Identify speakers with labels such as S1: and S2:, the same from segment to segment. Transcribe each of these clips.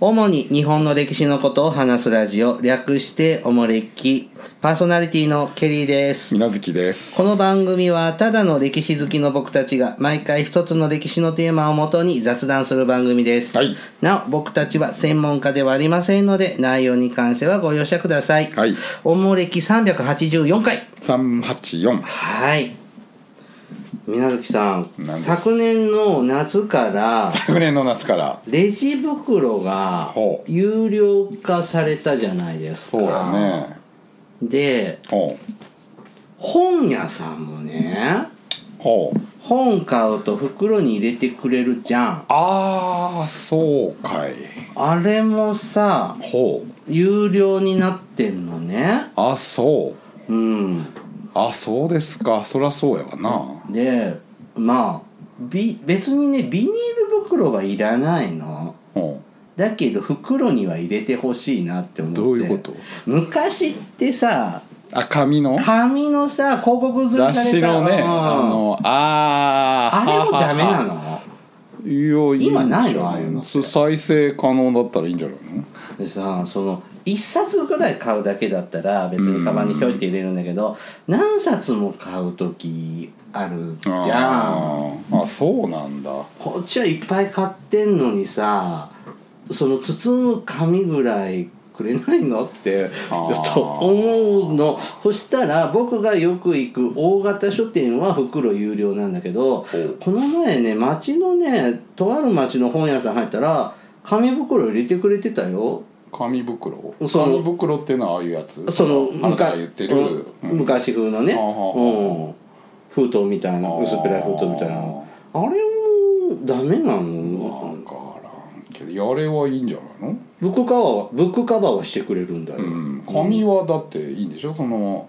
S1: 主に日本の歴史のことを話すラジオ略しておもれきパーソナリティのケリーです
S2: 水月です
S1: この番組はただの歴史好きの僕たちが毎回一つの歴史のテーマをもとに雑談する番組です、
S2: はい
S1: なお僕たちは専門家ではありませんので内容に関してはご容赦ください、
S2: はい
S1: おもれき384回
S2: 384
S1: はい水月さん
S2: 何です
S1: 昨年の夏から
S2: 昨年の夏から
S1: レジ袋が
S2: ほう
S1: 有料化されたじゃないですか
S2: そうやね
S1: で
S2: ほ
S1: 本屋さんもね
S2: うほう
S1: 本買うと袋に入れてくれるじゃん
S2: ああそうかい
S1: あれもさ
S2: ほう
S1: 有料になってんのね
S2: あそう
S1: うん
S2: あそうですかそらそうやわな
S1: でまあび別にねビニール袋はいらないの
S2: ほ
S1: だけど袋には入れてほしいなって思
S2: う
S1: って
S2: どういうこと
S1: 昔ってさ
S2: あ紙の
S1: 紙のさ広告刷り
S2: 雑
S1: され
S2: 誌
S1: た
S2: の
S1: う
S2: ね
S1: ん
S2: あのあ
S1: あれ
S2: ー
S1: もダメな
S2: はは
S1: の
S2: はいや
S1: 今ないの
S2: んじゃ
S1: ああいうのって
S2: そう再生可能だったらいいんじゃないの
S1: でさその1冊ぐらい買うだけだったら別にカバンにひょいって入れるんだけど何冊も買う時あるじゃん
S2: あーあそうなんだ
S1: こっちはいっぱい買ってんのにさその包む紙ぐらいくれないのってち
S2: あ
S1: ょ
S2: ー
S1: っと思うのそしたら僕がよく行く大型書店は袋有料なんだけどこの前ね町のねとある町の本屋さん入ったら紙袋入れてくれてたよ
S2: 紙袋
S1: その
S2: 紙袋ってのはああいうやつ
S1: その
S2: あな
S1: む
S2: た
S1: か
S2: が言ってる、
S1: う
S2: うん
S1: ん昔風のね、
S2: はあは
S1: うん、封筒みたいな
S2: あー
S1: 薄っぺらい封筒みたいなあれもダメなの
S2: わからんけどやれはいいんじゃないの、
S1: ブックカバーはブックカバーはしてくれるんだよ、
S2: うん、紙はだっていいんでしょその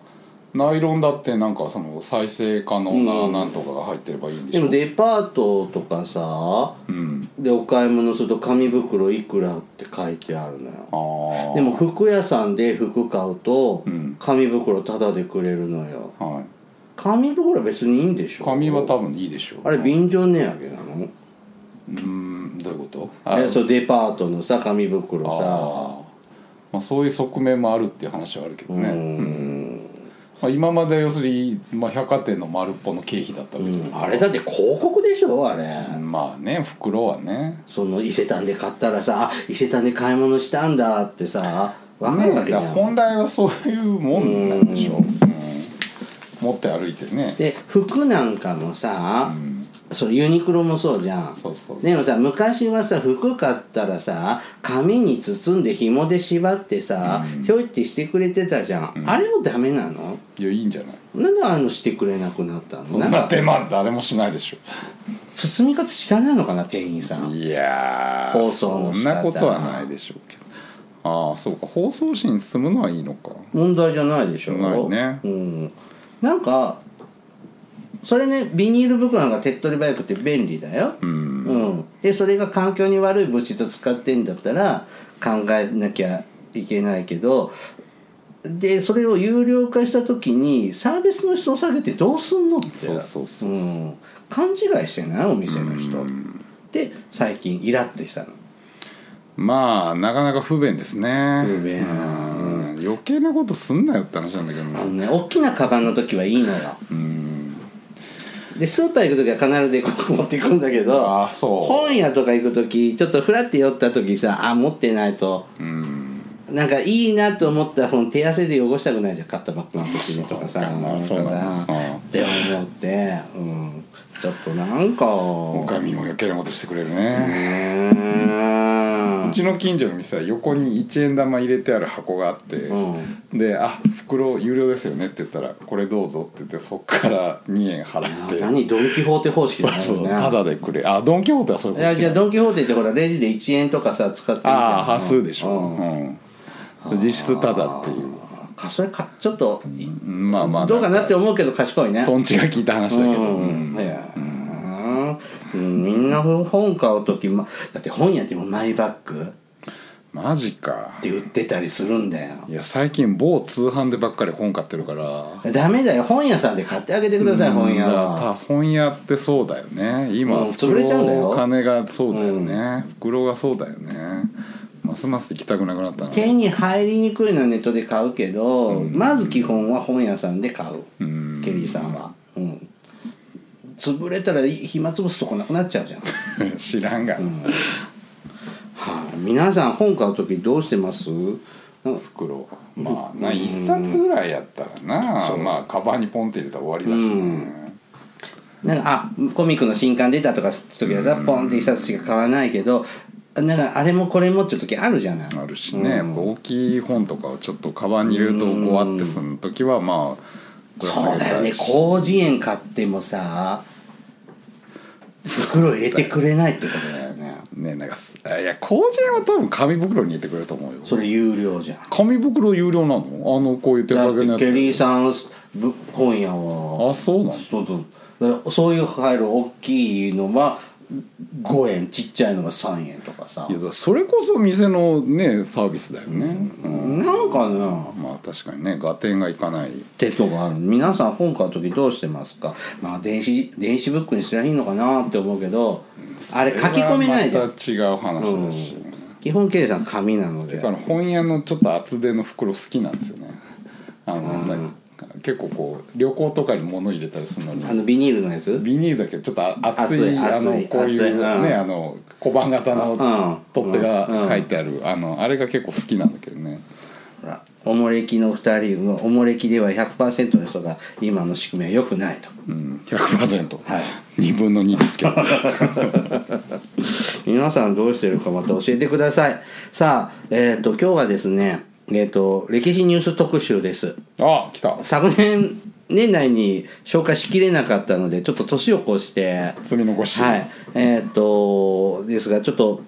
S2: ナイロンだってなんかその再生可能
S1: うん
S2: ななんとかが入ってればいいんでし
S1: で
S2: ょ、
S1: もデパートとかさ
S2: うん、
S1: でお買い物すると紙袋いくらって書いてあるのよ
S2: あー
S1: でも服屋さんで服買うと
S2: うん
S1: 紙袋タダでくれるのよ
S2: は
S1: 紙袋は別にいいんでし
S2: い、
S1: ょ
S2: 紙は多分いいでしょ
S1: あれ便乗値上げなの
S2: うんどういうこと
S1: えそうデパートのさ紙袋
S2: あ
S1: さ
S2: ーまあ、そういう側面もあるっていう話はあるけど
S1: う
S2: ね、うん
S1: ん
S2: まあ、今まで要するに、まあ、百貨店の丸っぽの経費だったわ
S1: う
S2: けじゃない
S1: んあれだって広告でしょあれ、
S2: まあね袋はね
S1: その伊勢丹で買ったらさあ伊勢丹で買い物したんだってさ分かるわけじゃ
S2: ね
S1: ん、
S2: 本来はそういうもんなんでしょう、
S1: うん
S2: うん持って歩いてね
S1: で服なんかも
S2: う
S1: さ、
S2: ん
S1: そのユニクロもそうじゃん
S2: そうそう
S1: でもさ昔はさ服買ったらさ紙に包んで紐で縛ってさ、
S2: うん
S1: ひょいってしてくれてたじゃん、
S2: うん
S1: あれもダメなの
S2: いやいいんじゃない
S1: なんでああいうのしてくれなくなったの
S2: そん
S1: なん
S2: な
S1: か
S2: 手間誰もしないでしょ
S1: 包み方知らないのかな店員さん
S2: いやー
S1: 包装の
S2: そ
S1: 仕
S2: ん
S1: 方
S2: なことはないでしょうけどああそうか包装紙に包むのはいいのか
S1: 問題じゃないでしょ
S2: ないね
S1: うん、なんかそれねビニール袋なんか手っ取り早くて便利だよ、
S2: う
S1: うん
S2: ん、
S1: でそれが環境に悪い物質を使ってんだったら考えなきゃいけないけどでそれを有料化した時にサービスの質を下げてどうすんのって、
S2: そうそうそうそうん
S1: 勘違いしてないお店の人、
S2: うん
S1: で最近イラッとしたの
S2: まあなかなか不便ですね
S1: 不便
S2: うん余計なことすんなよって話なんだけど
S1: あのね大きなカバンの時はいいのよ
S2: うん
S1: でスーパー行く時は必ずここ持っていくんだけど
S2: ああそ
S1: 本屋とか行く時ちょっとフラって寄った時さあ持ってないと
S2: ううん
S1: なんかいいなと思ったその手汗で汚したくないじゃん買ったばっかの時にとかさ
S2: そうか
S1: なんかさ
S2: そうだなうん
S1: って思って、うん、ちょっとなんか
S2: おかみも余計なことしてくれるね、
S1: ねえ
S2: うちの近所の店は横に1円玉入れてある箱があって、
S1: うん
S2: で「あ袋有料ですよね」って言ったら「これどうぞ」って言ってそっから2円払
S1: あ
S2: って
S1: 何ドン・キホーテ方式
S2: そ
S1: だ
S2: うそ
S1: よ
S2: う
S1: ね
S2: ただでくれあドン・キホーテはそうい
S1: い
S2: うこと
S1: や
S2: して
S1: じゃあドン・キホーテってほらレジで1円とかさ使ってるじゃん
S2: ああ端数でしょ、う
S1: うん
S2: ん実質ただっていう
S1: かそれかちょっと、
S2: まあまあ
S1: どうかなって思うけど賢いね
S2: トンチが効いた話だけど、
S1: うんいやうんみんな本買う時まだって本屋でもマイバッグっ
S2: マジか
S1: て売ってたりするんだよ
S2: いや最近某通販でばっかり本買ってるから
S1: ダメだよ本屋さんで買ってあげてください本屋
S2: うんだ
S1: は
S2: から本屋ってそうだよね今
S1: うん潰れちゃうんだよ
S2: 袋金がそうだよね、袋がそうだよねますます行きたくなくなったな
S1: 手に入りにくいのはネットで買うけど、
S2: うん
S1: まず基本は本屋さんで買う、
S2: うん
S1: ケリーさんは、うん、潰れたら暇つぶすとこなくなっちゃうじゃん、
S2: 知らんが、
S1: はい、皆さん本買う時どうしてますなんか
S2: 袋まあな1冊ぐらいやったらな、まあカバンにポンって入れたら終わりだしね、
S1: なんかあコミックの新刊出たとか時はさポンって一冊しか買わないけどなんかあれもこれもっていう時あるじゃない
S2: あるしね、やっぱ大きい本とかをちょっとカバンに入れるとごわってする時はまあ
S1: そうだよね
S2: こ
S1: 広辞苑買ってもさ袋入れてくれないってことだよね
S2: うねなんかすあいや広辞苑は多分紙袋に入れてくれると思うよ
S1: それ有料じゃん
S2: 紙袋有料なのあのこういう手
S1: だ
S2: 提げの
S1: っ
S2: や
S1: てケリー
S2: つ
S1: さんぶ本屋は
S2: あそうなの
S1: そうそうだからそういうファイル大きいのは5円ちっちゃいのが3円とかさ
S2: いやだそれこそ店のねサービスだよね、うん
S1: なんかね
S2: まあ確かにね合点がいかない
S1: ってとこある皆さん本買う時どうしてますかまあ電子電子ブックにすりゃいいのかなって思うけどあれ書き込めないじゃん
S2: それはまた違う話だし、
S1: 基本経営さん紙なので
S2: あの本屋のちょっと厚手の袋好きなんですよねあの、なんか結構こう旅行とかに物入れたりするのに
S1: あのビニールのやつ
S2: ビニールだけどちょっとあ厚
S1: 厚い
S2: いあの
S1: 厚い
S2: こういうね、
S1: 厚いうん
S2: あの小判型
S1: うん
S2: の取っ手が書いてある、あのあれが結構好きなんだけどね
S1: ほらおもれきの2人おもれきでは100%の人が今の仕組みは良くないと
S2: うん100%、
S1: はい
S2: 2分の2で すけど
S1: 皆さんどうしてるかまた教えてくださいさあえっ、と今日はですねえっ、と歴史ニュース特集です
S2: あ来た
S1: 昨年年内に紹介しきれなかったのでちょっと年を越して
S2: 積み残し、
S1: はい、えーっとですがちょっと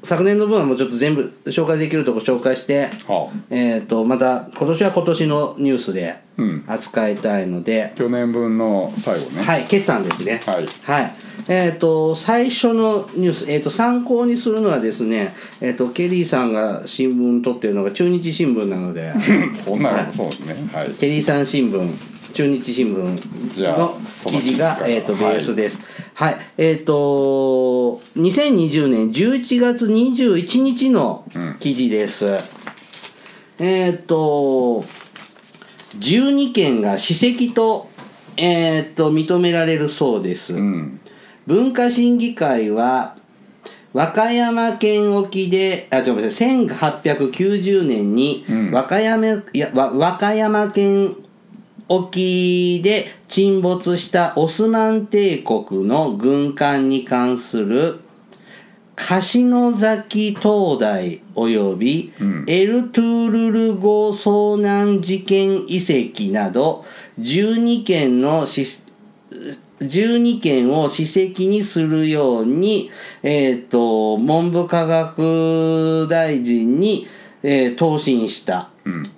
S1: 昨年の分はもうちょっと全部紹介できるとこ紹介して、
S2: はあ
S1: えーっとまた今年は今年のニュースで
S2: うん
S1: 扱いたいので、
S2: 去年分の最後ね、
S1: はい決算ですね
S2: はい
S1: えーっと最初のニュース、えーっと参考にするのはですね、えーっとケリーさんが新聞取ってるのが中日新聞なので
S2: そんなのそうねはい
S1: ケリーさん新聞中日新
S2: じゃ
S1: 聞
S2: あ
S1: の
S2: その
S1: 記
S2: 記
S1: 事
S2: 事か
S1: が
S2: ら
S1: えー、とベ
S2: はい
S1: ースですはい、えっ、と2020年11月21日の記事です、えっ、と12件が史跡と,、えー、と認められるそうです、
S2: うん
S1: 文化審議会は和歌山県沖であちょっと待って1890年に
S2: うん
S1: 和歌山,、いやわ和歌山県沖で沈没したオスマン帝国の軍艦に関する柏崎灯台及びエルトゥールル号遭難事件遺跡など12件のし12件を史跡にするように、えー、と文部科学大臣に、えー答申した、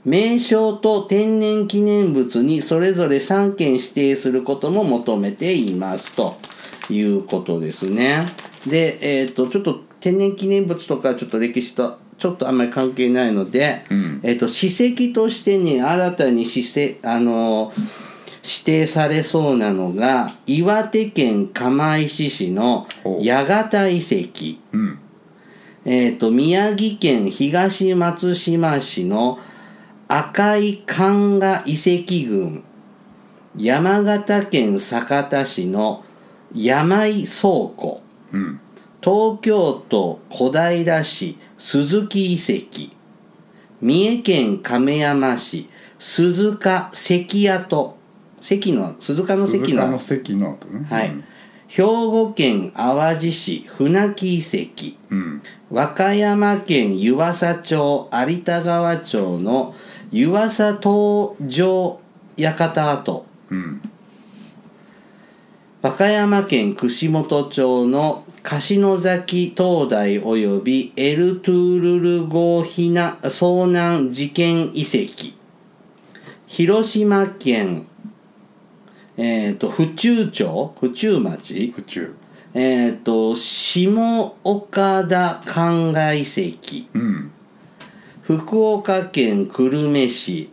S1: 名称と天然記念物にそれぞれ3件指定することも求めていますということですねで、えー、とちょっと天然記念物とかちょっと歴史とちょっとあんまり関係ないので、
S2: うん
S1: えっと史跡としてね新たに史跡あの指定されそうなのが岩手県釜石市の
S2: ほう
S1: 八ヶ遺跡、
S2: うん
S1: えっと宮城県東松島市の赤い神河遺跡群山形県酒田市の山井倉庫
S2: うん
S1: 東京都小平市鈴木遺跡三重県亀山市鈴鹿関跡関の鈴鹿の
S2: 鈴
S1: 関
S2: 鹿
S1: の
S2: の関の後ね
S1: はい、
S2: うん
S1: 兵庫県淡路市船木遺跡
S2: うん
S1: 和歌山県湯浅町有田川町の湯浅東上館跡
S2: うん
S1: 和歌山県串本町の柏崎灯台及びエルトゥールル号避難遭難事件遺跡広島県、えー、と府中町府中町、
S2: 府中
S1: えー、と下岡田灌漑遺跡
S2: うん
S1: 福岡県久留米市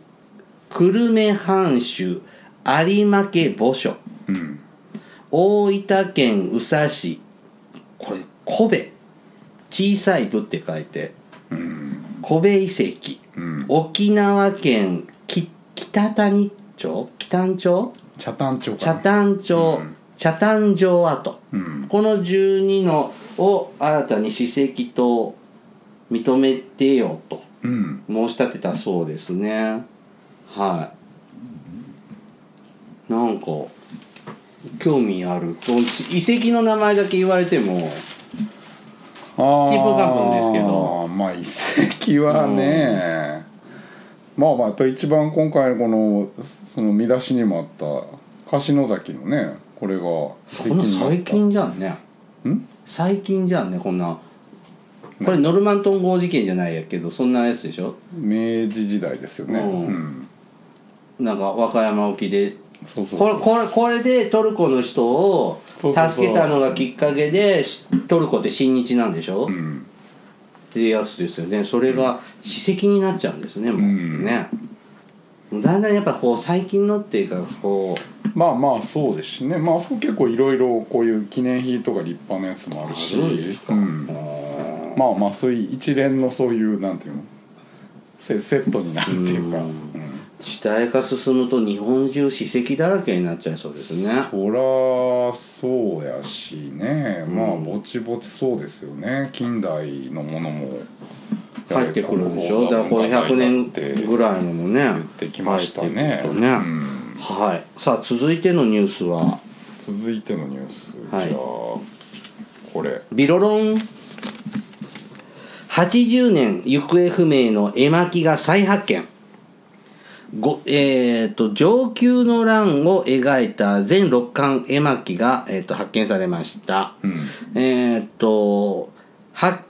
S1: 久留米藩主有馬家墓所
S2: うん
S1: 大分県宇佐市これ神戸小さい部って書いて
S2: うん
S1: 小部遺跡
S2: うん
S1: 沖縄県き北谷町北谷町
S2: 茶炭町か
S1: 北
S2: な
S1: 谷町
S2: うん
S1: 北谷城跡
S2: うん
S1: この12のを新たに史跡と認めてよと
S2: うん
S1: 申し立てたそうですねはいなんか興味あるこの遺跡の名前だけ言われても
S2: あー
S1: チープカンプンですけど
S2: まあ遺跡はね、まあまあやっぱり一番今回のこのその見出しにもあった樫野崎のねこれが
S1: この最近じゃんね
S2: ん
S1: 最近じゃんねこんなこれノルマントン号事件じゃないやけどそんなやつでしょ
S2: 明治時代ですよね、
S1: う
S2: うんん
S1: なんか和歌山沖で
S2: そうそう
S1: これこれこれでトルコの人を
S2: そうそうそう
S1: 助けたのがきっかけでしトルコって親日なんでしょ、
S2: う
S1: っ
S2: ん、
S1: ていうやつですよねそれが史跡になっちゃうんですねもう
S2: うん
S1: ね、だんだんやっぱこう最近のっていうかこう
S2: まあまあそうですしねまああそこ結構いろいろこういう記念碑とか立派なやつもあるし
S1: そうですか
S2: うん
S1: あー
S2: まあまあそういう一連のそういうなんていうのセセットになるっていうか、
S1: うん
S2: うん
S1: 時代が進むと日本中史跡だらけになっちゃいそうですね
S2: そらそうやしねまあ
S1: うん
S2: ぼちぼちそうですよね近代のものも
S1: 入ってくるんでしょだからこの100年ぐ
S2: い
S1: らいのもね
S2: 言ってきましたね
S1: 入ってくるとね
S2: うん
S1: はいさあ続いてのニュースは
S2: 続いてのニュース、
S1: はい
S2: じゃあこれ
S1: ビロロン80年行方不明の絵巻が再発見ごえー、と上級の乱を描いた全6巻絵巻が、えー、と発見されました、
S2: うん
S1: えー、とは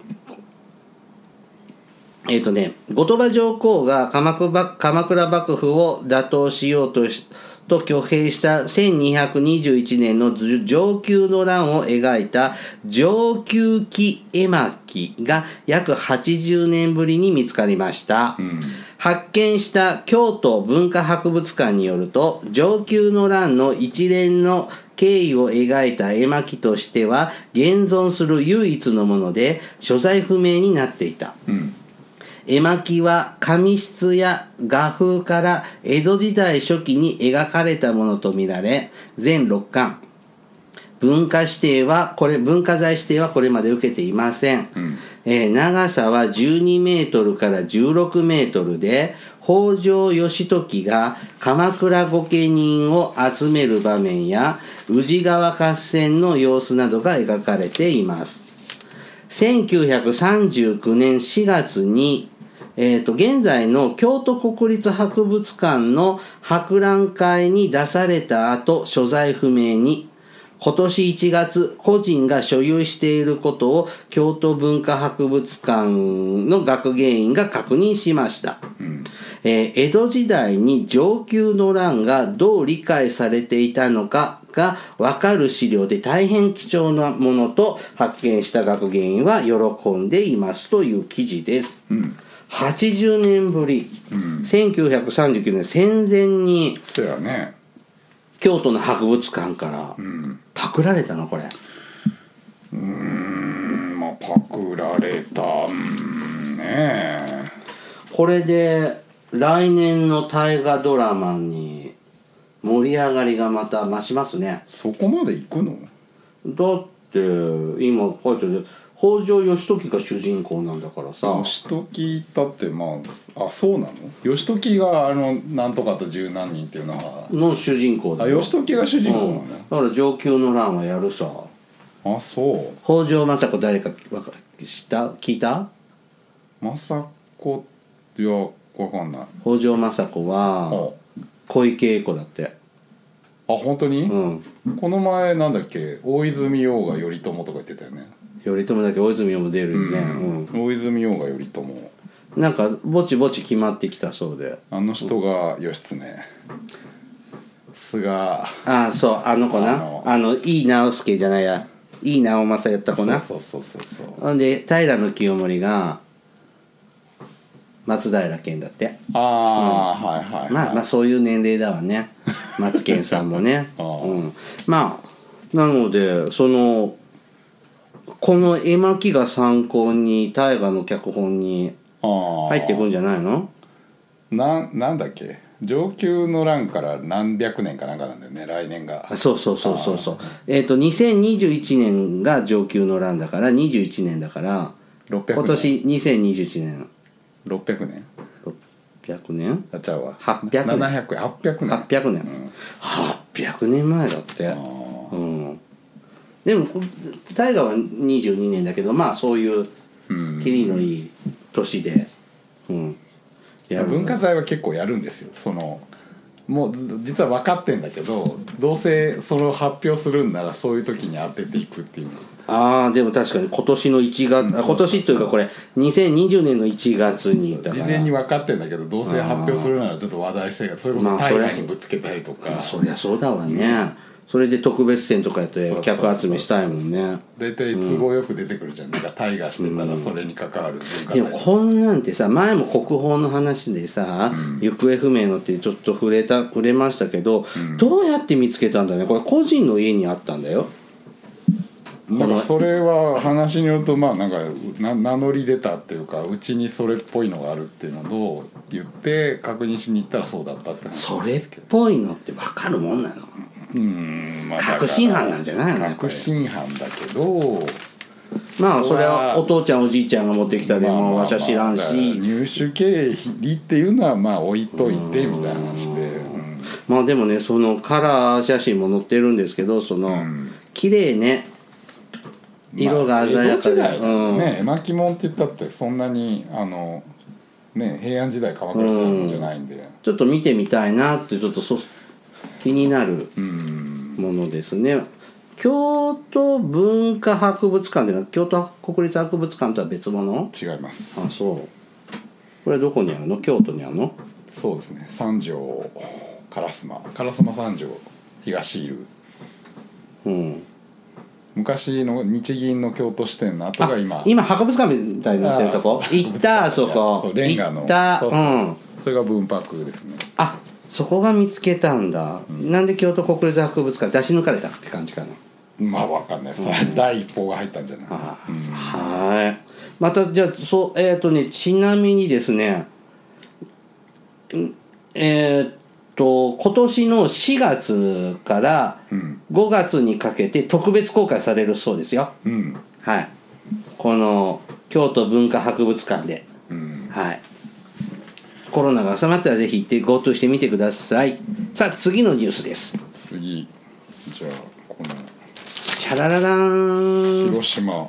S1: えー、とね後鳥羽上皇が鎌倉幕鎌倉幕府を打倒しようとしと挙兵した1221年の上上級の乱を描いた上級期絵巻が約80年ぶりに見つかりました。
S2: うん
S1: 発見した京都文化博物館によると上級の乱の一連の経緯を描いた絵巻としては現存する唯一のもので所在不明になっていた
S2: うん
S1: 絵巻は紙質や画風から江戸時代初期に描かれたものとみられ全6巻文化指定はこれ文化財指定はこれまで受けていません、
S2: うん
S1: えー長さは12メートルから16メートルで北条義時が鎌倉御家人を集める場面や宇治川合戦の様子などが描かれています1939年4月に、えー、と現在の京都国立博物館の博覧会に出された後所在不明に今年1月個人が所有していることを京都文化博物館の学芸員が確認しました。
S2: うん
S1: えー江戸時代に上級の乱がどう理解されていたのかが分かる資料で大変貴重なものと発見した学芸員は喜んでいますという記事です。
S2: うん
S1: 80年ぶり、
S2: うん
S1: 1939年戦前に
S2: そやね
S1: 京都の博物館から
S2: うん
S1: パクられたのこれ。
S2: うんまあパクられたうんね
S1: これで来年の大河ドラマに盛り上がりがまた増しますね。
S2: そこまで行くの
S1: だって今書いてる北条義時が主人公なんだからさ
S2: 義時だってまああそうなの義時があのなんとかと十何人っていうのは
S1: の主人公だ
S2: あ
S1: よ
S2: 義時が主人公
S1: う
S2: なんの、
S1: だから上級の乱はやるさ
S2: あそ
S1: 北条政子誰かわか知った聞いた
S2: う政子いやわかんない
S1: 北条政子
S2: あ
S1: は小池栄子だって
S2: あ本当
S1: う
S2: に、
S1: ん
S2: この前なんだっけ大泉洋が頼朝とか言ってたよね
S1: 頼朝だけ大泉洋も出るよね、うん
S2: 大泉洋が頼朝
S1: なんかぼちぼち決まってきたそうで
S2: あの人が義経菅
S1: ああそうあの子なあ
S2: あ
S1: の
S2: の
S1: いい直輔じゃないやいい直政やった子な
S2: そうそうそうそうそう
S1: ほんで平清盛が松平健だって
S2: ああ、はいはい、はい、
S1: まあまあそういう年齢だわ ね松健 さんもね
S2: ああ
S1: うん、まあなのでそのこの絵巻が参考に大河の脚本に
S2: あ
S1: 入ってく
S2: る
S1: んじゃないの
S2: なんなんだっけ上級の欄から何百年かなんかなんだよね来年が
S1: あそうそうそうそうそうえっ、と2021年が上級の乱だから21年だから
S2: 600年
S1: 今年2021年
S2: 600年
S1: 600年
S2: あちゃうわ
S1: 800年
S2: 700年800年
S1: 800年、
S2: ん
S1: 800年前だって
S2: あー
S1: うんでも大河は22年だけどまあそういう
S2: うん
S1: キリのいい年でうんやる
S2: 文化財は結構やるんですよそのもう実は分かってんだけどどうせそれを発表するんならそういう時に当てていくっていう
S1: ああでも確かに今年の1月、あ今年というかこれ2020年の1月にだ
S2: 事
S1: から
S2: 前に分かってんだけどどうせ発表するならちょっと話題性がそれこ
S1: ま
S2: そ
S1: あそれ
S2: 大河にぶつけたりとか
S1: まあそりゃそうだわねそれで特別展とかやって
S2: そうそうそう
S1: 客集めしたいもんね
S2: 大体都合よく出てくるじゃんなんか大河してたらそれに関わる文化
S1: で
S2: 財
S1: もこんなんてさ前も国宝の話でさ、行方不明のってちょっと触れた触れましたけど、どうやって見つけたんだねこれ個人の家にあったんだよ
S2: なんかそれは話によるとまあなんかな名乗り出たっていうかうちにそれっぽいのがあるっていうのを言って確認しに行ったらそうだったって話
S1: それっぽいのって分かるもんなの
S2: うんまあだから
S1: 確信犯なんじゃないのやっぱ
S2: 確
S1: り
S2: 信犯だけど
S1: まあそれはお父ちゃんおじいちゃんが持ってきたで
S2: まあまあ
S1: も
S2: まあ
S1: わしゃ知らん
S2: だから
S1: し
S2: 入手経費っていうのはまあ置いといてみたいな話でうん
S1: まあでもねそのカラー写真も載ってるんですけどその
S2: ん
S1: 綺麗ね色が鮮やかで、
S2: まあ江戸時代だ
S1: う
S2: よ
S1: ん
S2: ね絵巻物って言ったってそんなにあのね平安時代鎌倉時代じゃないんで
S1: ちょっと見てみたいなってちょっとそ気になる
S2: うん
S1: ものですね京都文化博物館っていうのは京都国立博物館とは別物
S2: 違います
S1: あそうこれはどこにあるの京都にあるの
S2: そうですね三条烏丸烏丸三条東いる
S1: うん
S2: 昔の日銀の京都支店の後が今
S1: あ今博物館みたいになってるとこ
S2: あー
S1: 行ったあそ
S2: そ
S1: こ
S2: うレンガの
S1: 行った
S2: そうそうそう
S1: うん
S2: それが文博ですね
S1: あそこが見つけたんだ、なんで京都国立博物館出し抜かれたって感じかな
S2: まあわかんないです、第一報が入ったんじゃない
S1: あー
S2: うん
S1: はいまたじゃあそうえっ、とねちなみにですねんえっ、と今年の4月から
S2: うん
S1: 5月にかけて特別公開されるそうですよ
S2: うん
S1: はいこの京都文化博物館で
S2: うん
S1: はいコロナが収まったらぜひ行って GoTo してみてくださいさあ次のニュースです
S2: 次じゃあこの
S1: シャラララーン
S2: 広島
S1: はい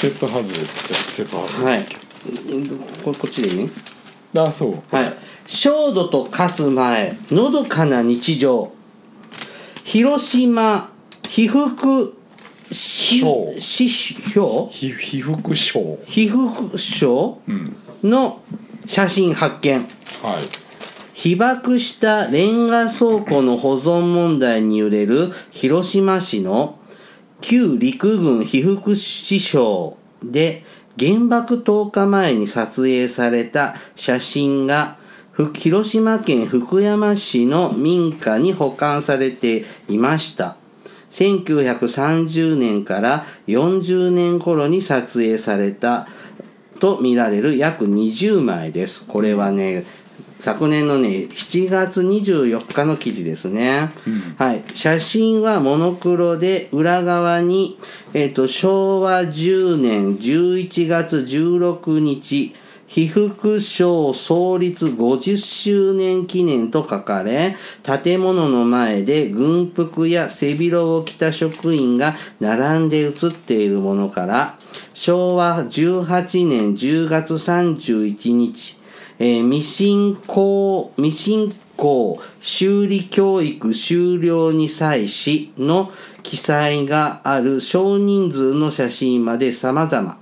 S2: 季節外れって季節外れ
S1: は
S2: で
S1: い
S2: すけど、。
S1: ここっちでね。
S2: あそう
S1: はい。焦土と化す前、のどかな日常。広島、被服、し
S2: 章、
S1: し、し、ひょ
S2: 被被服症
S1: う被服章
S2: うん
S1: の写真発見。
S2: はい
S1: 被爆したレンガ倉庫の保存問題に揺れる広島市の旧陸軍被服支省で原爆投下前に撮影された写真がふ広島県福山市の民家に保管されていました。1930年から40年頃に撮影されたと見られる約20枚です。これはね、昨年のね、7月24日の記事ですね。はい。写真はモノクロで、裏側に、えっ、と、昭和10年11月16日、被服省創立50周年記念と書かれ、建物の前で軍服や背広を着た職員が並んで写っているものから、昭和18年10月31日、えー未進行、未進行修理教育終了に際しの記載がある少人数の写真まで様々。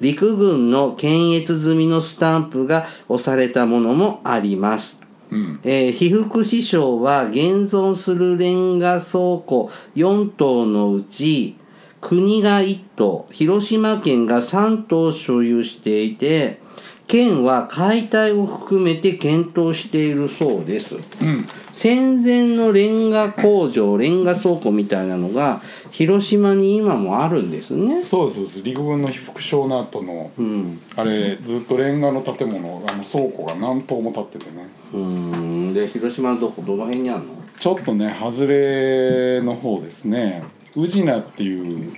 S1: 陸軍の検閲済みのスタンプが押されたものもあります。
S2: うん
S1: えー被服支廠は現存するレンガ倉庫4棟のうち国が1棟広島県が3棟所有していて県は解体を含めて検討しているそうです
S2: うん
S1: 戦前のレンガ工場レンガ倉庫みたいなのが広島に今もあるんですね
S2: そうですそうです陸軍の被服廠の後の
S1: うん
S2: あれずっとレンガの建物あの倉庫が何棟も建っててね
S1: うんで広島のどこどの辺にあるの
S2: ちょっとね外れの方ですね宇品っていう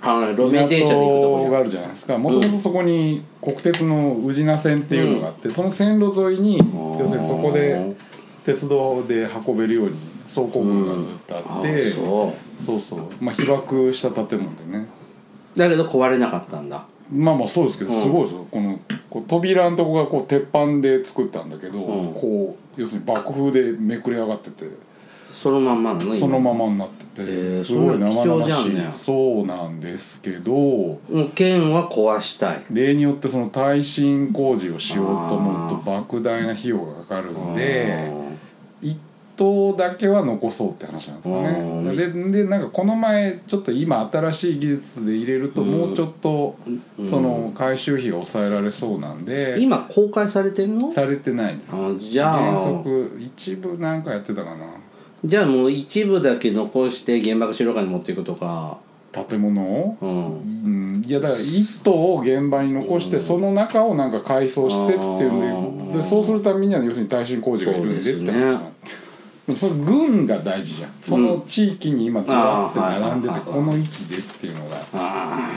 S1: あの路面電車で行くとこ
S2: 港
S1: じ
S2: が
S1: ゃ
S2: あ
S1: ん
S2: るじゃないですかもともとそこに国鉄の宇品線っていうのがあって、その線路沿いに要するにそこで鉄道で運べるように倉庫群がずっとあ
S1: あ
S2: って、
S1: ーそ
S2: そうそうまあ被爆した建物でね
S1: うだけど壊れなかったんだ
S2: まあまあそうですけど
S1: うん
S2: すごいですよ、このこう扉のとこがこう鉄板で作ったんだけど、
S1: うん
S2: こう要するに爆風でめくれ上がってて
S1: そのまんまなの今
S2: そのままになってて、
S1: えー
S2: すごい
S1: そんな貴
S2: 生
S1: 重
S2: 々
S1: じゃ
S2: し
S1: ん
S2: い、
S1: ね
S2: そうなんですけど
S1: もう県は壊したい
S2: 例によってその耐震工事をしようと思うと莫大な費用がかかるんで一棟だけは残そうって話なんですよ
S1: うん
S2: ねででなんかこの前ちょっと今新しい技術で入れると
S1: うん
S2: もうちょっと
S1: うん
S2: その回収費が抑えられそうなんで、
S1: 今公開されてんの
S2: されてないです
S1: あじゃ
S2: 原
S1: あ
S2: 則一部なんかやってたかな
S1: じゃあもう一部だけ残して原爆資料館に持っていくとか
S2: 建物を
S1: うん
S2: うん、いやだから一棟を現場に残して、
S1: うん
S2: その中をなんか改装してってい
S1: あ
S2: うん
S1: ー
S2: ででそうするためには要するに耐震工事がいるんでって
S1: そう
S2: 話
S1: ですね
S2: になってでもその軍が大事じゃんその地域に今ずらって並んで
S1: あーはいはいはい
S2: てこの位置でっていうのが
S1: あ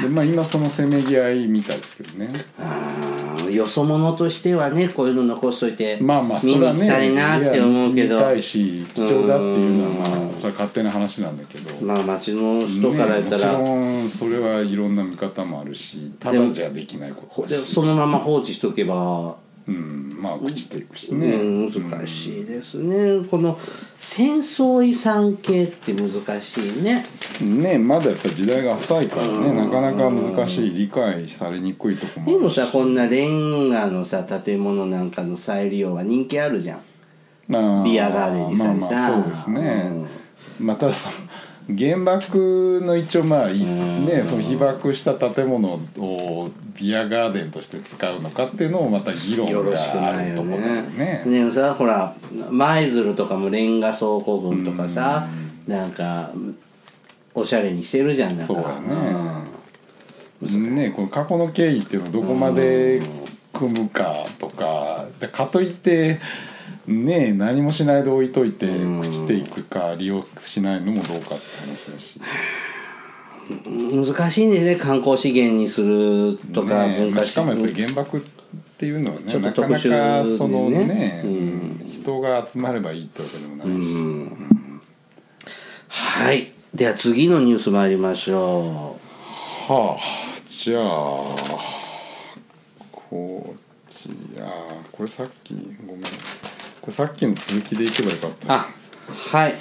S2: で、まあ、今そのせめぎ合いみたいですけどね
S1: ーあーよそ者としてはねこういうの残しといて
S2: まあまあそ
S1: 見
S2: れ
S1: に行
S2: はね
S1: きたいなって思うけど
S2: 見たいし貴重だっていうのはま
S1: う
S2: あそれは勝手な話なんだけど、
S1: まあ町の人から言ったら、
S2: ねもちろんそれはいろんな見方もあるしただじゃできないこと
S1: ほ
S2: だ
S1: で
S2: し
S1: そのまま放置しとけば、
S2: うん、まあ朽ちていくしね、
S1: うん難しいですね、この戦争遺産系って難しいね
S2: うんねまだやっぱ時代が浅いからね、
S1: うん
S2: なかなか難しい理解されにくいとこもある
S1: で
S2: し
S1: もさこんなレンガのさ建物なんかの再利用は人気あるじゃん
S2: あ
S1: ビアガーデンにしたりさ
S2: まあまあそうですね、まあただその原爆の一応まあいいっすね、その被爆した建物をビアガーデンとして使うのかっていうのもまた議論
S1: よろしく
S2: があ
S1: ない
S2: る
S1: よ
S2: ところだ
S1: ね
S2: よね
S1: でもさほら舞鶴とかもレンガ倉庫群とかさなんかおしゃれにしてるじゃんなんか
S2: そうだねねこの過去の経緯っていうのをどこまで組むかとかでかといってね何もしないで置いといて
S1: うん
S2: 朽ちていくか利用しないのもどうかって話だし
S1: うん難しいんですね観光資源にするとか
S2: ね
S1: 文化
S2: し
S1: 資
S2: かもやっぱり
S1: 源
S2: 原爆っていうのは
S1: ち
S2: ね
S1: ょっと
S2: なか
S1: 特殊
S2: な
S1: でね
S2: かそのね、
S1: うん
S2: 人が集まればいいってわけでもないし、
S1: はいでは次のニュース参りましょう
S2: はあじゃあこちらこれさっきごめんこれさっきの続きでいけばよかった
S1: あはい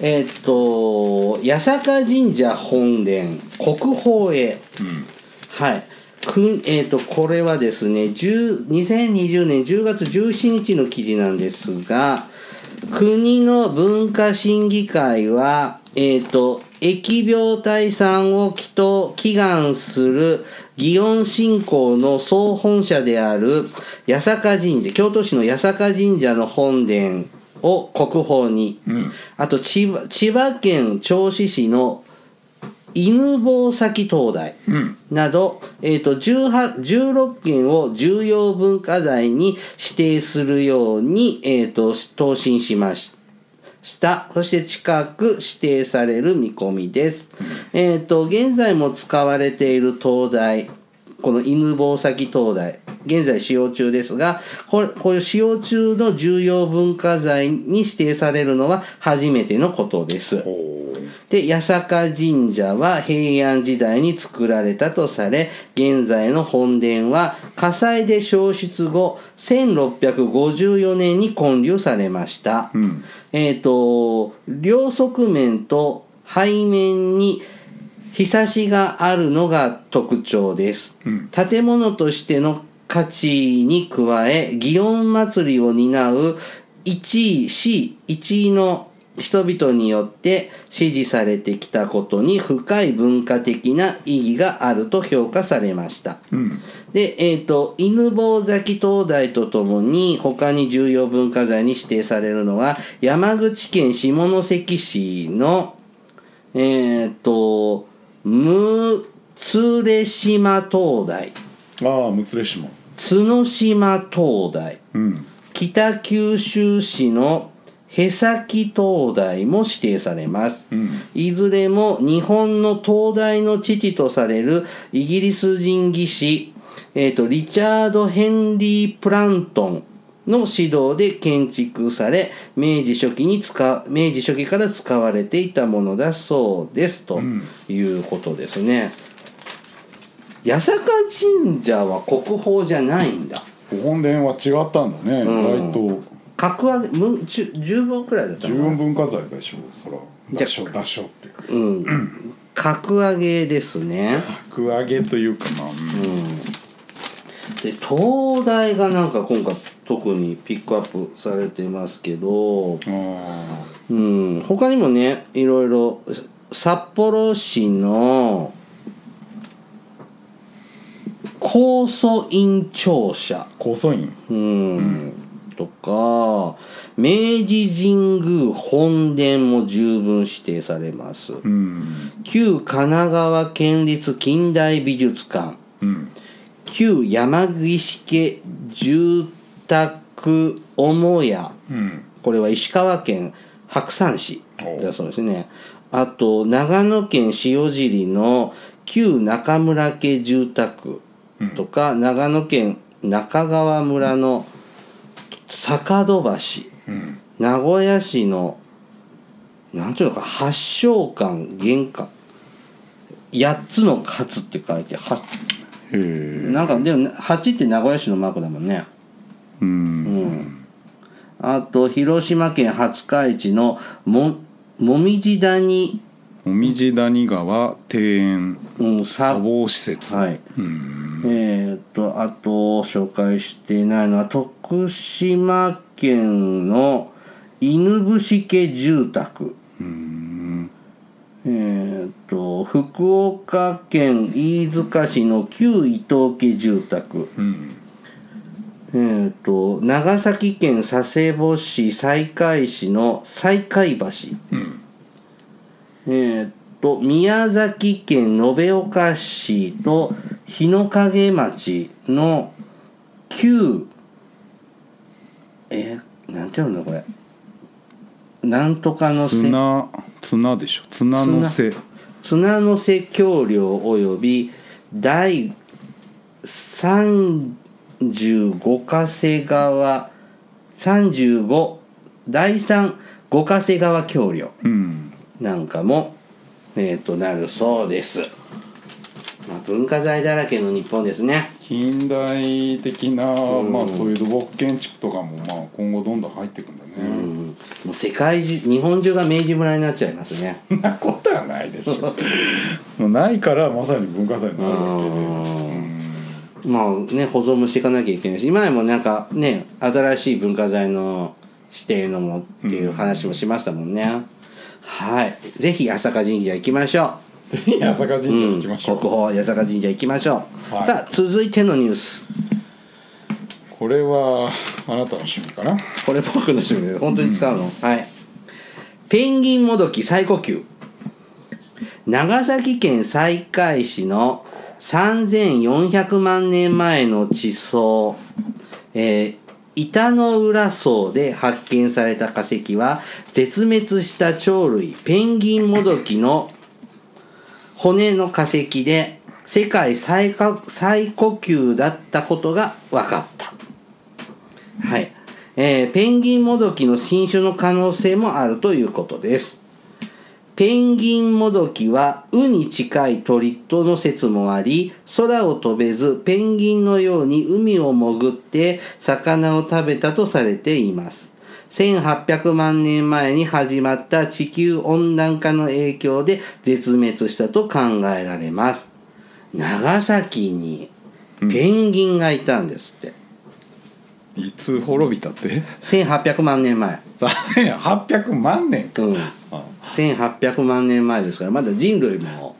S1: えーっと八坂神社本殿国宝へ
S2: うん
S1: はいくんえーっとこれはですね10 2020年10月17日の記事なんですが国の文化審議会はえーっと疫病退散を祈祷祈願する祇園信仰の総本社である八坂神社京都市の八坂神社の本殿を国宝に、
S2: うん
S1: あと千葉千葉県銚子市の犬吠埼灯台
S2: うん
S1: など、えー、と18 16件を重要文化財に指定するように、えー、と答申しまししたそして近く指定される見込みです、えっ、と現在も使われている灯台この犬吠埼灯台現在使用中ですがこれこういう使用中の重要文化財に指定されるのは初めてのことです
S2: おー
S1: で八坂神社は平安時代に作られたとされ現在の本殿は火災で焼失後1654年に建立されました、
S2: うん
S1: えっ、と両側面と背面に日差しがあるのが特徴です、
S2: うん
S1: 建物としての価値に加え祇園祭を担う1位 C1 位の人々によって支持されてきたことに深い文化的な意義があると評価されました。
S2: うん
S1: で、えっ、と、犬坊崎灯台とともに、他に重要文化財に指定されるのは、山口県下関市の、えっ、と、むつれ島灯台、
S2: ああむつれ島
S1: 角島灯台、
S2: うん
S1: 北九州市のへさき灯台も指定されます、
S2: うん
S1: いずれも日本の灯台の父とされるイギリス人技師、えー、とリチャード・ヘンリー・プラントンの指導で建築され明治初期に使う明治初期から使われていたものだそうですと
S2: ん
S1: いうことですね、八坂神社は国宝じゃないんだ
S2: 本殿は違ったんだね、
S1: う
S2: うんん、意外と
S1: 格上げむ10 10分くらいだった
S2: 十
S1: か
S2: 分
S1: な
S2: 文化財でしょそら
S1: じゃ
S2: 出しょ出しょって
S1: うん格上げですね
S2: 格上げというかまあ、うん
S1: で東大がなんか今回特にピックアップされてますけど
S2: あ
S1: うん他にもねいろいろ札幌市の高素院庁舎
S2: あ高素院
S1: うん、とか明治神宮本殿も十分指定されます、
S2: うん
S1: 旧神奈川県立近代美術館
S2: うん
S1: 旧山岸家住宅母屋
S2: うん
S1: これは石川県白山市
S2: お
S1: だそうですねあと長野県塩尻の旧中村家住宅とか、長野県中川村の坂戸橋
S2: うん
S1: 名古屋市のなんていうのか八章館玄関八つの勝って書いては
S2: へえ
S1: なんかでも八って名古屋市のマークだもんね
S2: うん
S1: あと広島県廿日市のももみじ谷、
S2: 紅葉谷川庭園
S1: うん、さ
S2: 砂防施設
S1: はい
S2: うん
S1: えーっとあと紹介していないのは徳島県の犬伏家住宅
S2: うん
S1: えーっと福岡県飯塚市の旧伊東家住宅
S2: うん
S1: えーっと長崎県佐世保市西海市の西海橋
S2: うん
S1: えーっと宮崎県延岡市と日之影町の旧えーなんて読むんだこれなんとかのせ
S2: 綱綱でしょ綱のせ
S1: 綱の瀬橋梁及び第35加瀬川35第3五加瀬川橋梁
S2: うん
S1: なんかも、えー、となるそうです、まあ、文化財だらけの日本ですね
S2: 近代的な、
S1: ん
S2: まあそういう土木建築とかもまあ今後どんどん入っていくんだね、
S1: うんもう世界中日本中が明治村になっちゃいますね
S2: そんなことはないでしょもうないからまさに文化財になるわけ
S1: う
S2: で
S1: んまあね保存もしていかなきゃいけないし今でもなんかね新しい文化財の指定のもっていう話もしましたもんね、はいぜひ八坂神社行きましょ
S2: うん八坂神社
S1: う、う
S2: 行
S1: ん、
S2: き
S1: 国
S2: ましょう、
S1: 宝八坂神社行きましょう、
S2: はい
S1: さあ続いてのニュース
S2: これはあなたの趣味かな
S1: これ僕の趣味で本当に使うの、はいペンギンもどき最呼吸長崎県西海市の3400万年前の地層、えー板の浦層で発見された化石は絶滅した鳥類ペンギンもどきの骨の化石で世界最高最呼吸だったことが分かったはい、えーペンギンもどきの新種の可能性もあるということですペンギンもどきはウに近い鳥との説もあり空を飛べずペンギンのように海を潜って魚を食べたとされています1800万年前に始まった地球温暖化の影響で絶滅したと考えられます長崎にペンギンがいたんですって、
S2: いつ滅びたって
S1: 1800万年前、
S2: 残念や800万年か
S1: うん、
S2: あ
S1: 1800万年前ですからまだ人類も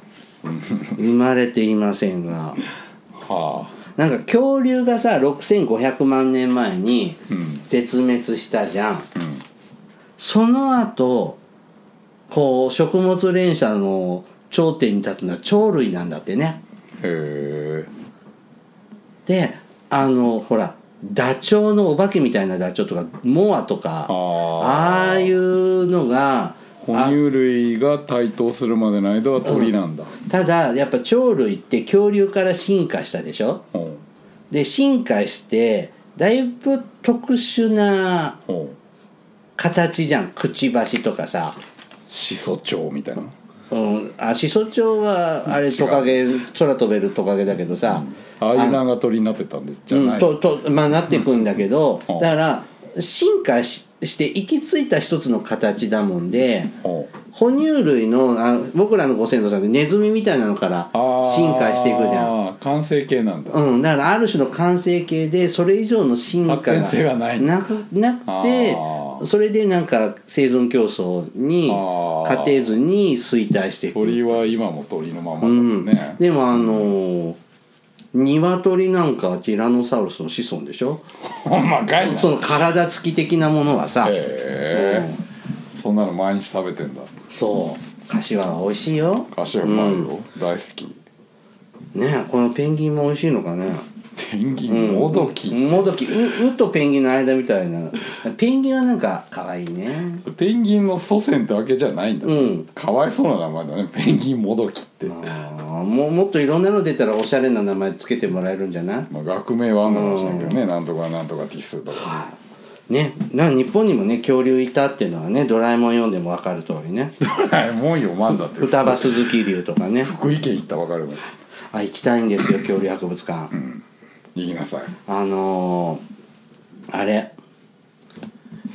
S1: 生まれていませんが
S2: はあ
S1: なんか恐竜がさ6500万年前に
S2: うん
S1: 絶滅したじゃん
S2: うん
S1: その後こう食物連鎖の頂点に立つのは鳥類なんだってね
S2: へえ
S1: であのほらダチョウのお化けみたいなダチョウとかモアとか
S2: あ
S1: ああいうのが
S2: 哺乳類が台頭するまでの間は鳥なんだ、
S1: ただやっぱ鳥類って恐竜から進化したでしょ
S2: ほう
S1: で進化してだいぶ特殊な
S2: ほう
S1: 形じゃんくちばしとかさ、
S2: 始祖鳥みたいな
S1: うん、あシソチョウはあれトカゲ空飛べるトカゲだけどさ、
S2: ああいうのが鳥になってたんですじゃない、
S1: うん、ととまあなっていくんだけど、
S2: うん
S1: だから進化しして行き着いた一つの形だもんで
S2: ほう
S1: 哺乳類のあ僕らのご先祖さんってネズミみたいなのから
S2: ああ
S1: 進化していくじゃん。
S2: ん完成形なんだ、
S1: うん、だからある種の完成形でそれ以上の進化
S2: 発展性が
S1: が
S2: ない
S1: なくなくて
S2: あー
S1: それでなんか生存競争に
S2: あー
S1: 勝てずに衰退していく
S2: 鳥は今も鳥のままだ
S1: う
S2: も
S1: ん
S2: んね、
S1: でもあのー鶏なんかはティラノサウルスの子孫でしょ
S2: ほんまかいな
S1: その体つき的なものはさ、
S2: へえ、そんなの毎日食べてんだ
S1: そう柏は美味しいよ
S2: 柏うまいよ、大好き
S1: ねえこのペンギンも美味しいのかね
S2: ペンギンもどき、
S1: もどきううとペンギンの間みたいなペンギンはなんか可愛いね
S2: それペンギンの祖先ってわけじゃないんだ、
S1: うん
S2: かわいそうな名前だねペンギンもどきって、
S1: あーもうもっといろんなの出たらおしゃれな名前つけてもらえるんじゃない
S2: まあ、学名はあんのかもしれないけどね、なんとかなんとかティスとか
S1: はいねな日本にもね恐竜いたっていうのはね「ドラえもん」読んでも分かる通りね
S2: はいもう読まんだって
S1: 双葉鈴木竜とかね
S2: 福井県行ったらわかるの
S1: あ行きたいんですよ恐竜博物館、
S2: 行きなさい
S1: あのーあれ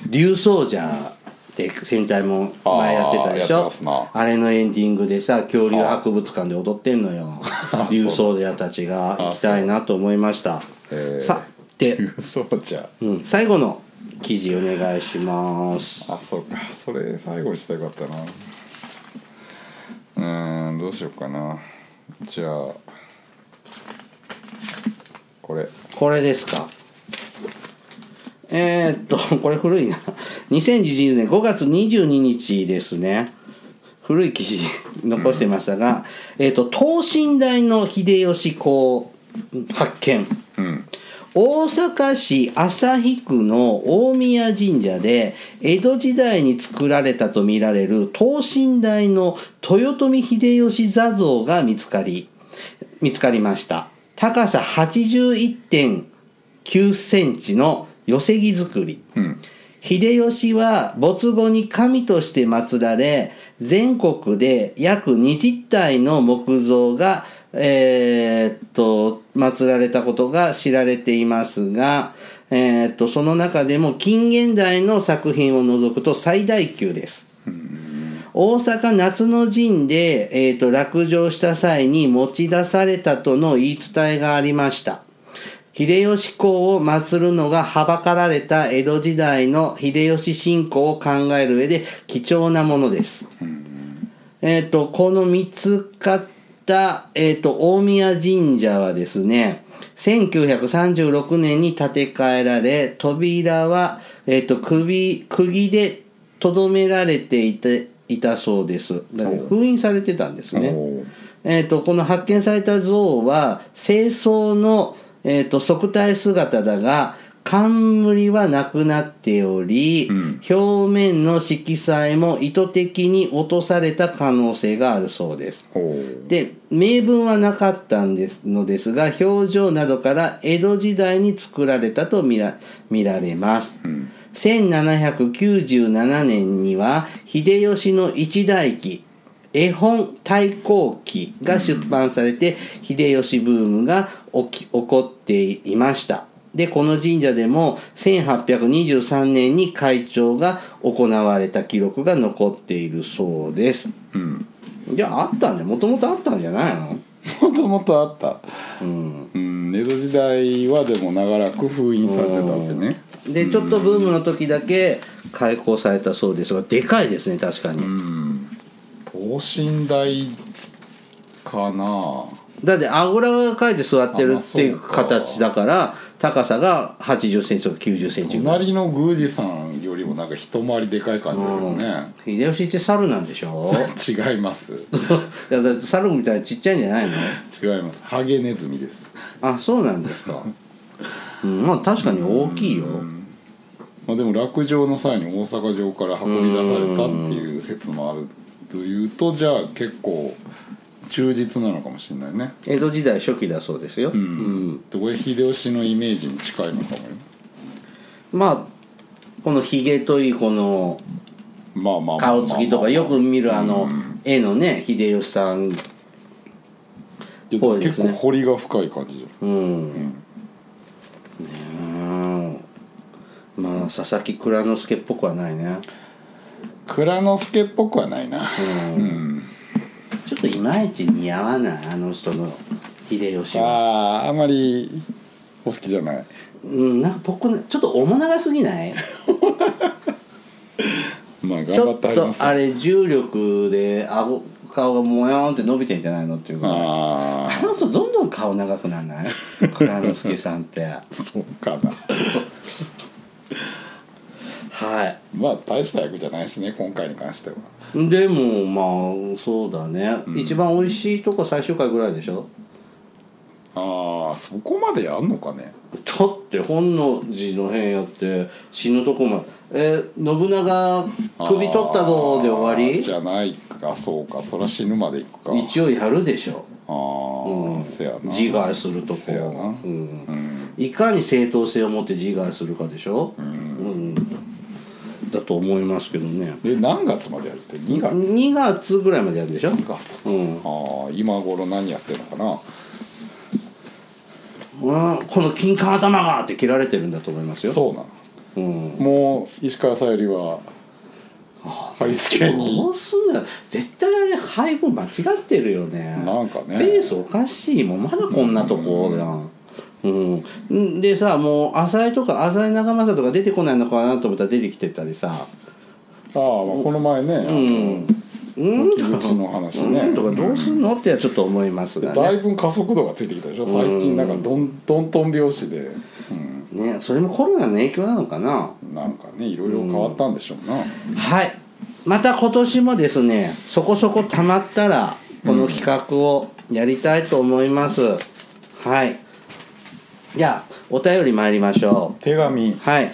S1: 竜奏者って戦隊も前やってたでし
S2: あーやって
S1: ょ
S2: ますな
S1: あれのエンディングでさ恐竜博物館で踊ってんのよ竜奏者たちが行きたいなと思いました
S2: えー
S1: さて、
S2: そうじゃ
S1: うん、最後の記事お願いします
S2: あそうかそれ最後にしたらよかったなうーんどうしようかなじゃあこれ
S1: これですかえー、っと これ古いな2012年5月22日ですね古い記事残してましたが、えー、っと等身大の秀吉公発見
S2: うん
S1: 大阪市旭区の大宮神社で江戸時代に作られたとみられる等身大の豊臣秀吉座像が見つかり見つかりました高さ81.9センチの寄せ木造り
S2: うん
S1: 秀吉は没後に神として祀られ全国で約20体の木像が、えーっと祀られたことが知られていますが、えーっとその中でも近現代の作品を除くと最大級です。大阪夏の陣で、えー、と落城した際に持ち出されたとの言い伝えがありました秀吉公を祀るのがはばかられた江戸時代の秀吉信仰を考える上で貴重なものです、えー、とこの見つかった、えー、と大宮神社はですね1936年に建て替えられ扉は、えー、と首釘でとどめられていていたそうですだから
S2: おう
S1: 封印されてたんですね
S2: おー
S1: えー、とこの発見された像は清掃の、えー、と即体姿だが冠はなくなっており、
S2: うん
S1: 表面の色彩も意図的に落とされた可能性があるそうです。
S2: おー
S1: で名分はなかったんですのですが表情などから江戸時代に作られたと見ら見られます。
S2: うん
S1: 1797年には秀吉の一代記絵本「太閤記」が出版されて秀吉ブームが起き起こっていましたでこの神社でも1823年に会長が行われた記録が残っているそうです
S2: うん
S1: じゃああったんじゃもともとあったんじゃないの
S2: もともとあった
S1: うん
S2: うん江戸時代はでも長らく封印されてたわけね
S1: でちょっとブームの時だけ開校されたそうですがでかいですね確かに、
S2: うん等身大かな
S1: だってあぐらがかいて座って
S2: あ
S1: る
S2: まあ
S1: っていう
S2: そうか
S1: 形だから高さが8 0ンチとか9 0ンチぐらい
S2: 隣の宮司さんよりもなんか一回りでかい感じだよね
S1: 秀吉って猿なんでし ょ
S2: 違います
S1: いやだって猿みたいにちっちゃいんじゃないの
S2: 違いますハゲネズミです
S1: あそうなんです か、うん、まあ確かに大きいよ
S2: まあ、でも落城の際に大阪城から運び出されたっていう説もあるというとじゃあ結構忠実なのかもしれないね
S1: 江戸時代初期だそうですよ、
S2: うん、
S1: うん
S2: でこれ秀吉のイメージに近いのかもよ
S1: まあこのひげといいこの
S2: まあまあまあまあ
S1: 顔つきとかよく見るあの絵のね秀吉さん
S2: いや
S1: ぽいで
S2: 結
S1: す
S2: 構
S1: ね
S2: 彫りが深い感じじゃ
S1: うん、ねえまあ佐々木蔵之介っぽくはないね
S2: ん蔵之介っぽくはないなうん、
S1: ちょっといまいち似合わないあの人の秀吉
S2: あ
S1: は
S2: ああまりお好きじゃない
S1: うんなんか僕ねちょっと面長すぎない
S2: まあ
S1: ち
S2: 頑張
S1: ょ
S2: っ
S1: って
S2: はりま
S1: と
S2: す
S1: あれ重力で顎顔がもやーんって伸びてんじゃないのっていうぐらい
S2: あ
S1: あ
S2: あ
S1: の人どんどん顔長くなんない蔵之介さ んって
S2: そうかな
S1: はい
S2: まあ大した役じゃないしね今回に関しては
S1: でもまあそうだね、一番美味しいとこ最終回ぐらいでしょ
S2: ああそこまでやんのかね
S1: だって本能寺の変やって死ぬとこまでえー信長首取ったぞで終わ
S2: あ
S1: り
S2: ーじゃないかそうかそりゃ死ぬまで行くか
S1: 一応やるでしょ
S2: ああ、
S1: うん
S2: せやな
S1: 自害するとこ
S2: せやな
S1: うん
S2: うん
S1: いかに正当性を持って自害するかでしょ、うんだと思いますけどね
S2: で何月までやるって2月
S1: 2月ぐらいまでやるんでしょ、
S2: 2月か
S1: うん、
S2: ああ今頃何やってるのかな
S1: うんこの金管頭がって切られてるんだと思いますよ
S2: そうなの
S1: う、ん、
S2: もう石川さゆりは貼り付け
S1: ど
S2: に
S1: うすんだよ絶対あれ配分間違ってるよね
S2: なんかね
S1: ペースおかしいもんまだこんなとこやんうん、んでさもう浅井とか浅井長政とか出てこないのかなと思ったら出てきてたりさ
S2: ああ、まあ、この前ね、
S1: 「うん」うん
S2: 秋口の話ね
S1: うんとかどうすんのってはちょっと思いますが
S2: だい
S1: ね
S2: ぶ加速度がついてきたでしょ最近なんかどんどんどん拍子で、うん、
S1: ねそれもコロナの影響なのかな
S2: なんかねいろいろ変わったんでしょうな、
S1: はいまた今年もですねそこそこたまったらこの企画をやりたいと思います、はいじゃあお便り参りましょ
S2: 手紙
S1: うはい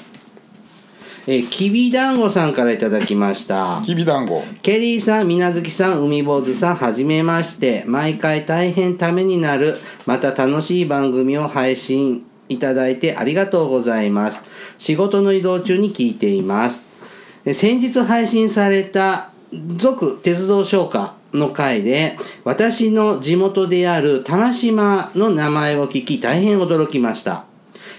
S1: えーきびだんごさんからいただきました
S2: きびだんご
S1: ケリーさん、みなずきさん、海坊主さん、はじめまして。毎回大変ためになる、また楽しい番組を配信いただいてありがとうございます。仕事の移動中に聞いています。え先日配信された、続鉄道消化の回で、私の地元である玉島の名前を聞き、大変驚きました。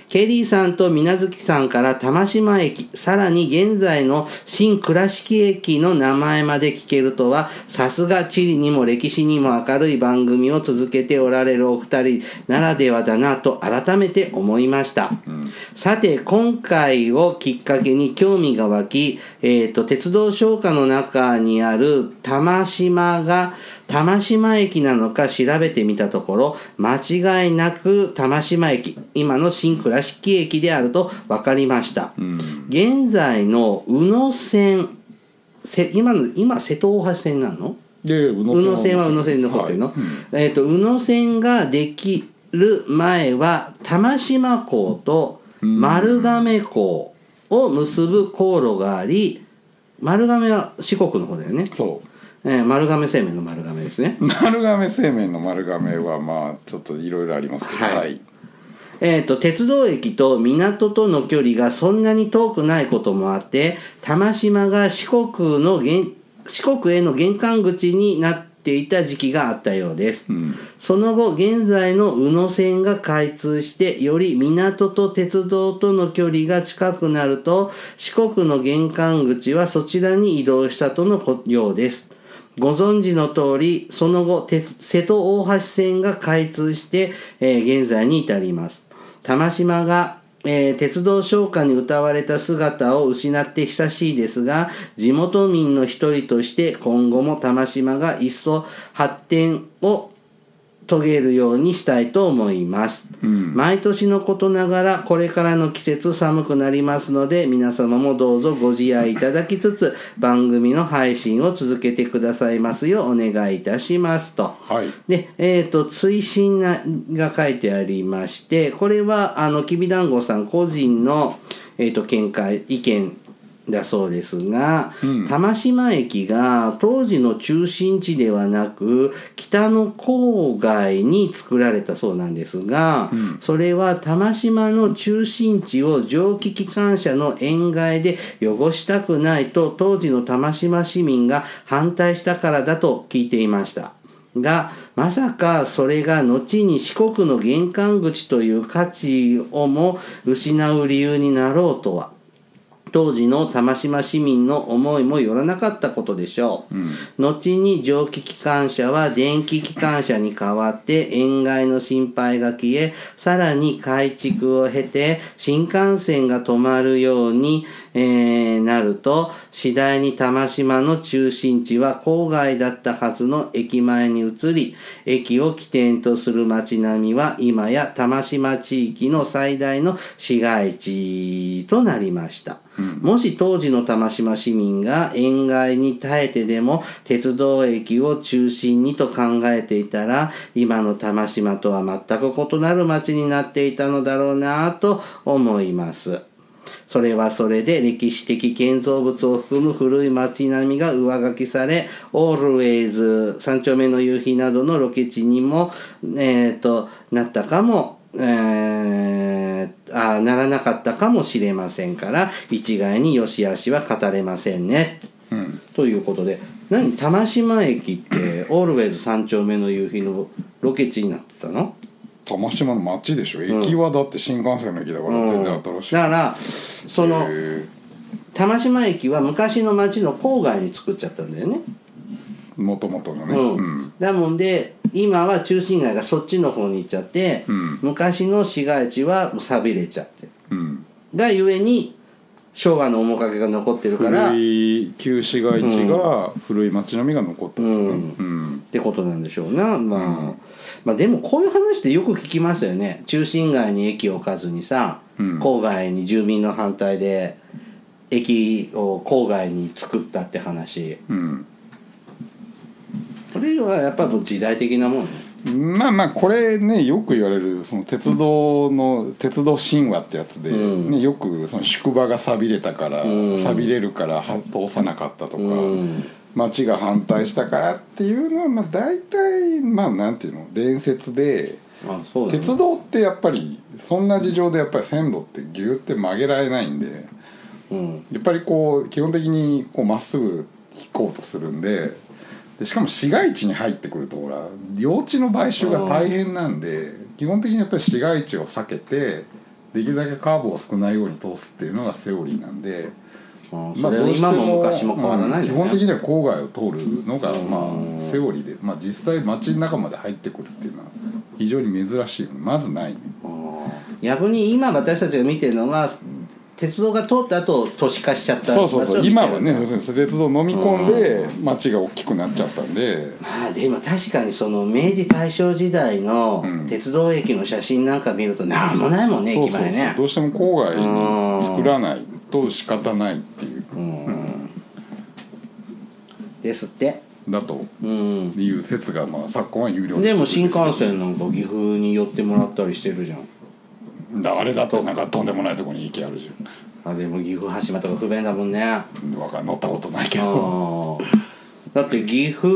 S1: ケリーさんと水無月さんから玉島駅、さらに現在の新倉敷駅の名前まで聞けるとは、さすが地理にも歴史にも明るい番組を続けておられるお二人ならではだなと改めて思いました。さて、今回をきっかけに興味が湧き、えっ、と、鉄道消化の中にある玉島が、玉島駅なのか調べてみたところ間違いなく玉島駅今の新倉敷駅であると分かりました、現在の宇野線せ今の今瀬戸大橋線なの
S2: で宇
S1: 宇野線は宇野線に残ってるの、えっ、と宇野線ができる前は玉島港と丸亀港を結ぶ航路があり丸亀は四国の方だよね、
S2: そ
S1: えー丸亀製麺の丸亀ですね
S2: う丸亀製麺の丸亀はまあちょっといろいろありますけど
S1: はい
S2: はい、
S1: えー、と鉄道駅と港との距離がそんなに遠くないこともあって玉島が四国の玄四国への玄関口になっていた時期があったようです、その後現在の宇野線が開通してより港と鉄道との距離が近くなると四国の玄関口はそちらに移動したとのことようですご存知の通り、その後、て瀬戸大橋線が開通して、えー現在に至ります。玉島が、えー鉄道商家に歌われた姿を失って久しいですが、地元民の一人として今後も玉島が一層発展を遂げるようにしたいと思います、毎年のことながらこれからの季節寒くなりますので皆様もどうぞご自愛いただきつつ番組の配信を続けてくださいますようお願いいたしますと。
S2: はい
S1: で、えー、と追伸なが書いてありましてこれはあのきびだんごさん個人の、えー、と見解意見だそうですが、玉島駅が当時の中心地ではなく北の郊外に作られたそうなんですが、それは玉島の中心地を蒸気機関車の塩害で汚したくないと当時の玉島市民が反対したからだと聞いていました。がまさかそれが後に四国の玄関口という価値をも失う理由になろうとは当時の玉島市民の思いもよらなかったことでしょう、後に蒸気機関車は電気機関車に代わって塩害の心配が消えさらに改築を経て新幹線が止まるように、えーなると次第に玉島の中心地は郊外だったはずの駅前に移り駅を起点とする街並みは今や玉島地域の最大の市街地となりました、もし当時の玉島市民が沿岸に耐えてでも鉄道駅を中心にと考えていたら今の玉島とは全く異なる街になっていたのだろうなぁと思いますそれはそれで歴史的建造物を含む古い街並みが上書きされ、オールウェイズ、三丁目の夕日などのロケ地にも、えー、と、なったかも、えーあーならなかったかもしれませんから、一概に良し悪しは語れませんね。
S2: うん
S1: ということで、何玉島駅って、オールウェイズ三丁目の夕日のロケ地になってたの
S2: 玉島の町でしょ駅はだって新幹線の駅だから全然新しい、
S1: だから、その、
S2: へ
S1: 玉島駅は昔の町の郊外に作っちゃったんだよね。
S2: えもともとのね
S1: うん
S2: うん
S1: だもんで今は中心街がそっちの方に行っちゃって、
S2: うん
S1: 昔の市街地はもう寂れちゃって
S2: うん
S1: がゆえに昭和の面影が残ってるからっ
S2: 古い旧市街地が古い町並みが残った
S1: うん
S2: うん
S1: てことなんでしょうな、まあまあでもこういう話ってよく聞きますよね中心街に駅を置かずにさ、
S2: うん
S1: 郊外に住民の反対で駅を郊外に作ったって話
S2: うん
S1: これはやっぱもう時代的なもんね
S2: まあまあこれねよく言われるその鉄道の鉄道神話ってやつで、
S1: うん
S2: ね、よくその宿場が錆びれたから、
S1: うん
S2: 錆びれるからは通さなかったとか、
S1: うん
S2: 町が反対したからっていうのはまあ大体まあなんていうの伝説で
S1: あそうだね
S2: 鉄道ってやっぱりそんな事情でやっぱり線路ってギュって曲げられないんで
S1: うん
S2: やっぱりこう基本的にこうまっすぐ引こうとするんででしかも市街地に入ってくるとほら用地の買収が大変なんで基本的にやっぱり市街地を避けてできるだけカーブを少ないように通すっていうのがセオリーなんで、
S1: あ
S2: ま
S1: そ
S2: あ
S1: れ
S2: ど
S1: は
S2: うして
S1: 今も昔も変わらないよね、
S2: うん基本的には郊外を通るのが
S1: う
S2: ま
S1: ん
S2: あセオリーで、まあ、実際街の中まで入ってくるっていうのは非常に珍しいまずないね
S1: 逆に今私たちが見てるのは鉄道が通った後都市化しちゃった
S2: そうそうそ
S1: 街を
S2: う
S1: 見て
S2: 今
S1: る
S2: はね要するに鉄道を飲み込んで街が大きくなっちゃったんで
S1: まあでも確かにその明治大正時代の
S2: うん
S1: 鉄道駅の写真なんか見ると何もないもんね駅前ね
S2: どうしても郊外に作らないと仕方ないっていう
S1: うんですって
S2: だと
S1: うん
S2: いう説がまあ昨今は有料
S1: でも新幹線なんか岐阜に寄ってもらったりしてるじゃん
S2: だあれだとなんかとんでもないところに駅あるじ
S1: あでも岐阜羽島とか不便だもんね
S2: ゃんわかん乗ったことないけど
S1: あーだって岐阜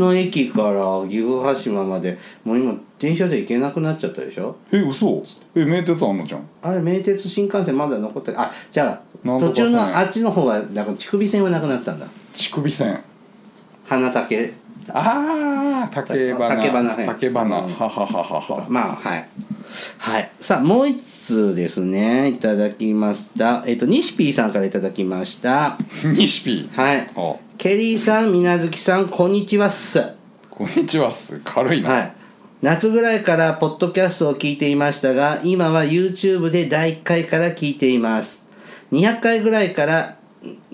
S1: の駅から岐阜羽島までもう今電車で行けなくなっちゃったでしょ
S2: え嘘え名鉄あんのじゃん
S1: あれ名鉄新幹線まだ残ってるあじゃあ
S2: なんと
S1: 途中
S2: かさ
S1: のあっちの方はだから乳首線はなくなったんだ
S2: 乳首線
S1: 花竹
S2: ああ竹花
S1: 竹花ね
S2: 竹花
S1: う
S2: は
S1: ん
S2: はははは
S1: まあはいはい。さあ、もう一通ですね。いただきました。えっと、西 P さんからいただきました。
S2: 西 P
S1: はい。
S2: あ
S1: ケリーさん、みなずきさん、こんにちはっす。は
S2: こんにちはっす軽いな、
S1: い。夏ぐらいからポッドキャストを聞いていましたが、今は YouTube で第1回から聞いています。200回ぐらいから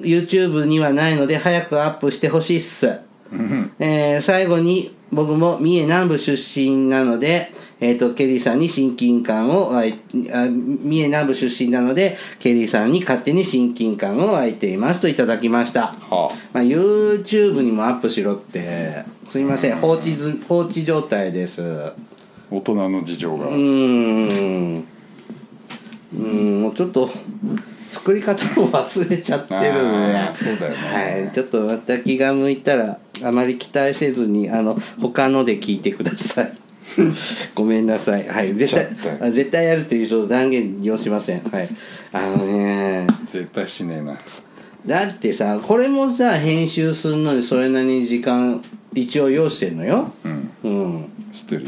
S1: YouTube にはないので、早くアップしてほしいっす。
S2: うん
S1: えー最後に僕も三重南部出身なので、えー、とケリーさんに親近感を湧いあ三重南部出身なのでケリーさんに勝手に親近感を湧いていますといただきました、
S2: は
S1: まあ、YouTube にもアップしろってすいません放置ず放置状態ですう
S2: あ大人の事情が、
S1: ーんうーんもうちょっと作り方も忘れちゃってる
S2: あーそうだよね
S1: はい、ちょっとまた気が向いたらあまり期待せずにあの他ので聞いてください ごめんなさい、はい、絶
S2: 言っちゃった
S1: 対あ絶対やるということを断言要しませんはいあのね
S2: 絶対しねえな
S1: だってさこれもさ編集するのにそれなりに時間一応要してんのよ
S2: うん
S1: うん
S2: 知ってる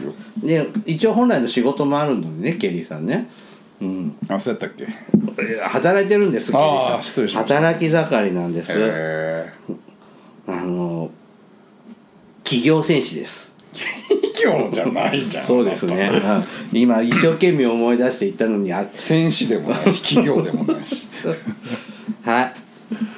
S2: よ
S1: で一応本来の仕事もあるのでねケリーさんねうん
S2: あそうやったっけへ
S1: え働いてるんですケリ
S2: あー
S1: ー
S2: 失
S1: さ
S2: 礼
S1: ん
S2: しました
S1: 働き盛りなんです、
S2: え
S1: あの企業戦士です
S2: 企業じゃないじゃん
S1: そうですね、うん今一生懸命思い出していったのにあ
S2: 戦士でもないし企業でもな いし
S1: はい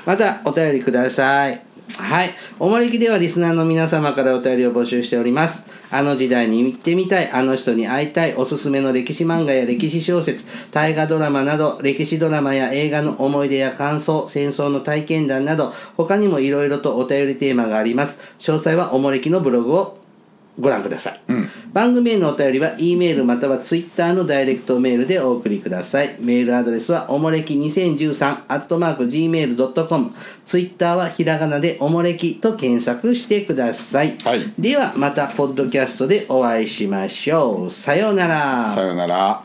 S1: またお便りくださいはいおもれきではリスナーの皆様からお便りを募集しておりますあの時代に行ってみたいあの人に会いたいおすすめの歴史漫画や歴史小説大河ドラマなど歴史ドラマや映画の思い出や感想戦争の体験談など他にもいろいろとお便りテーマがあります詳細はおもれきのブログをご覧ください、
S2: ん
S1: 番組へのお便りは E メールまたは Twitter のダイレクトメールでお送りくださいメールアドレスはおもれき2013 gmail.com Twitter はひらがなでおもれきと検索してください、
S2: はい
S1: ではまたポッドキャストでお会いしましょうさようなら
S2: さよなら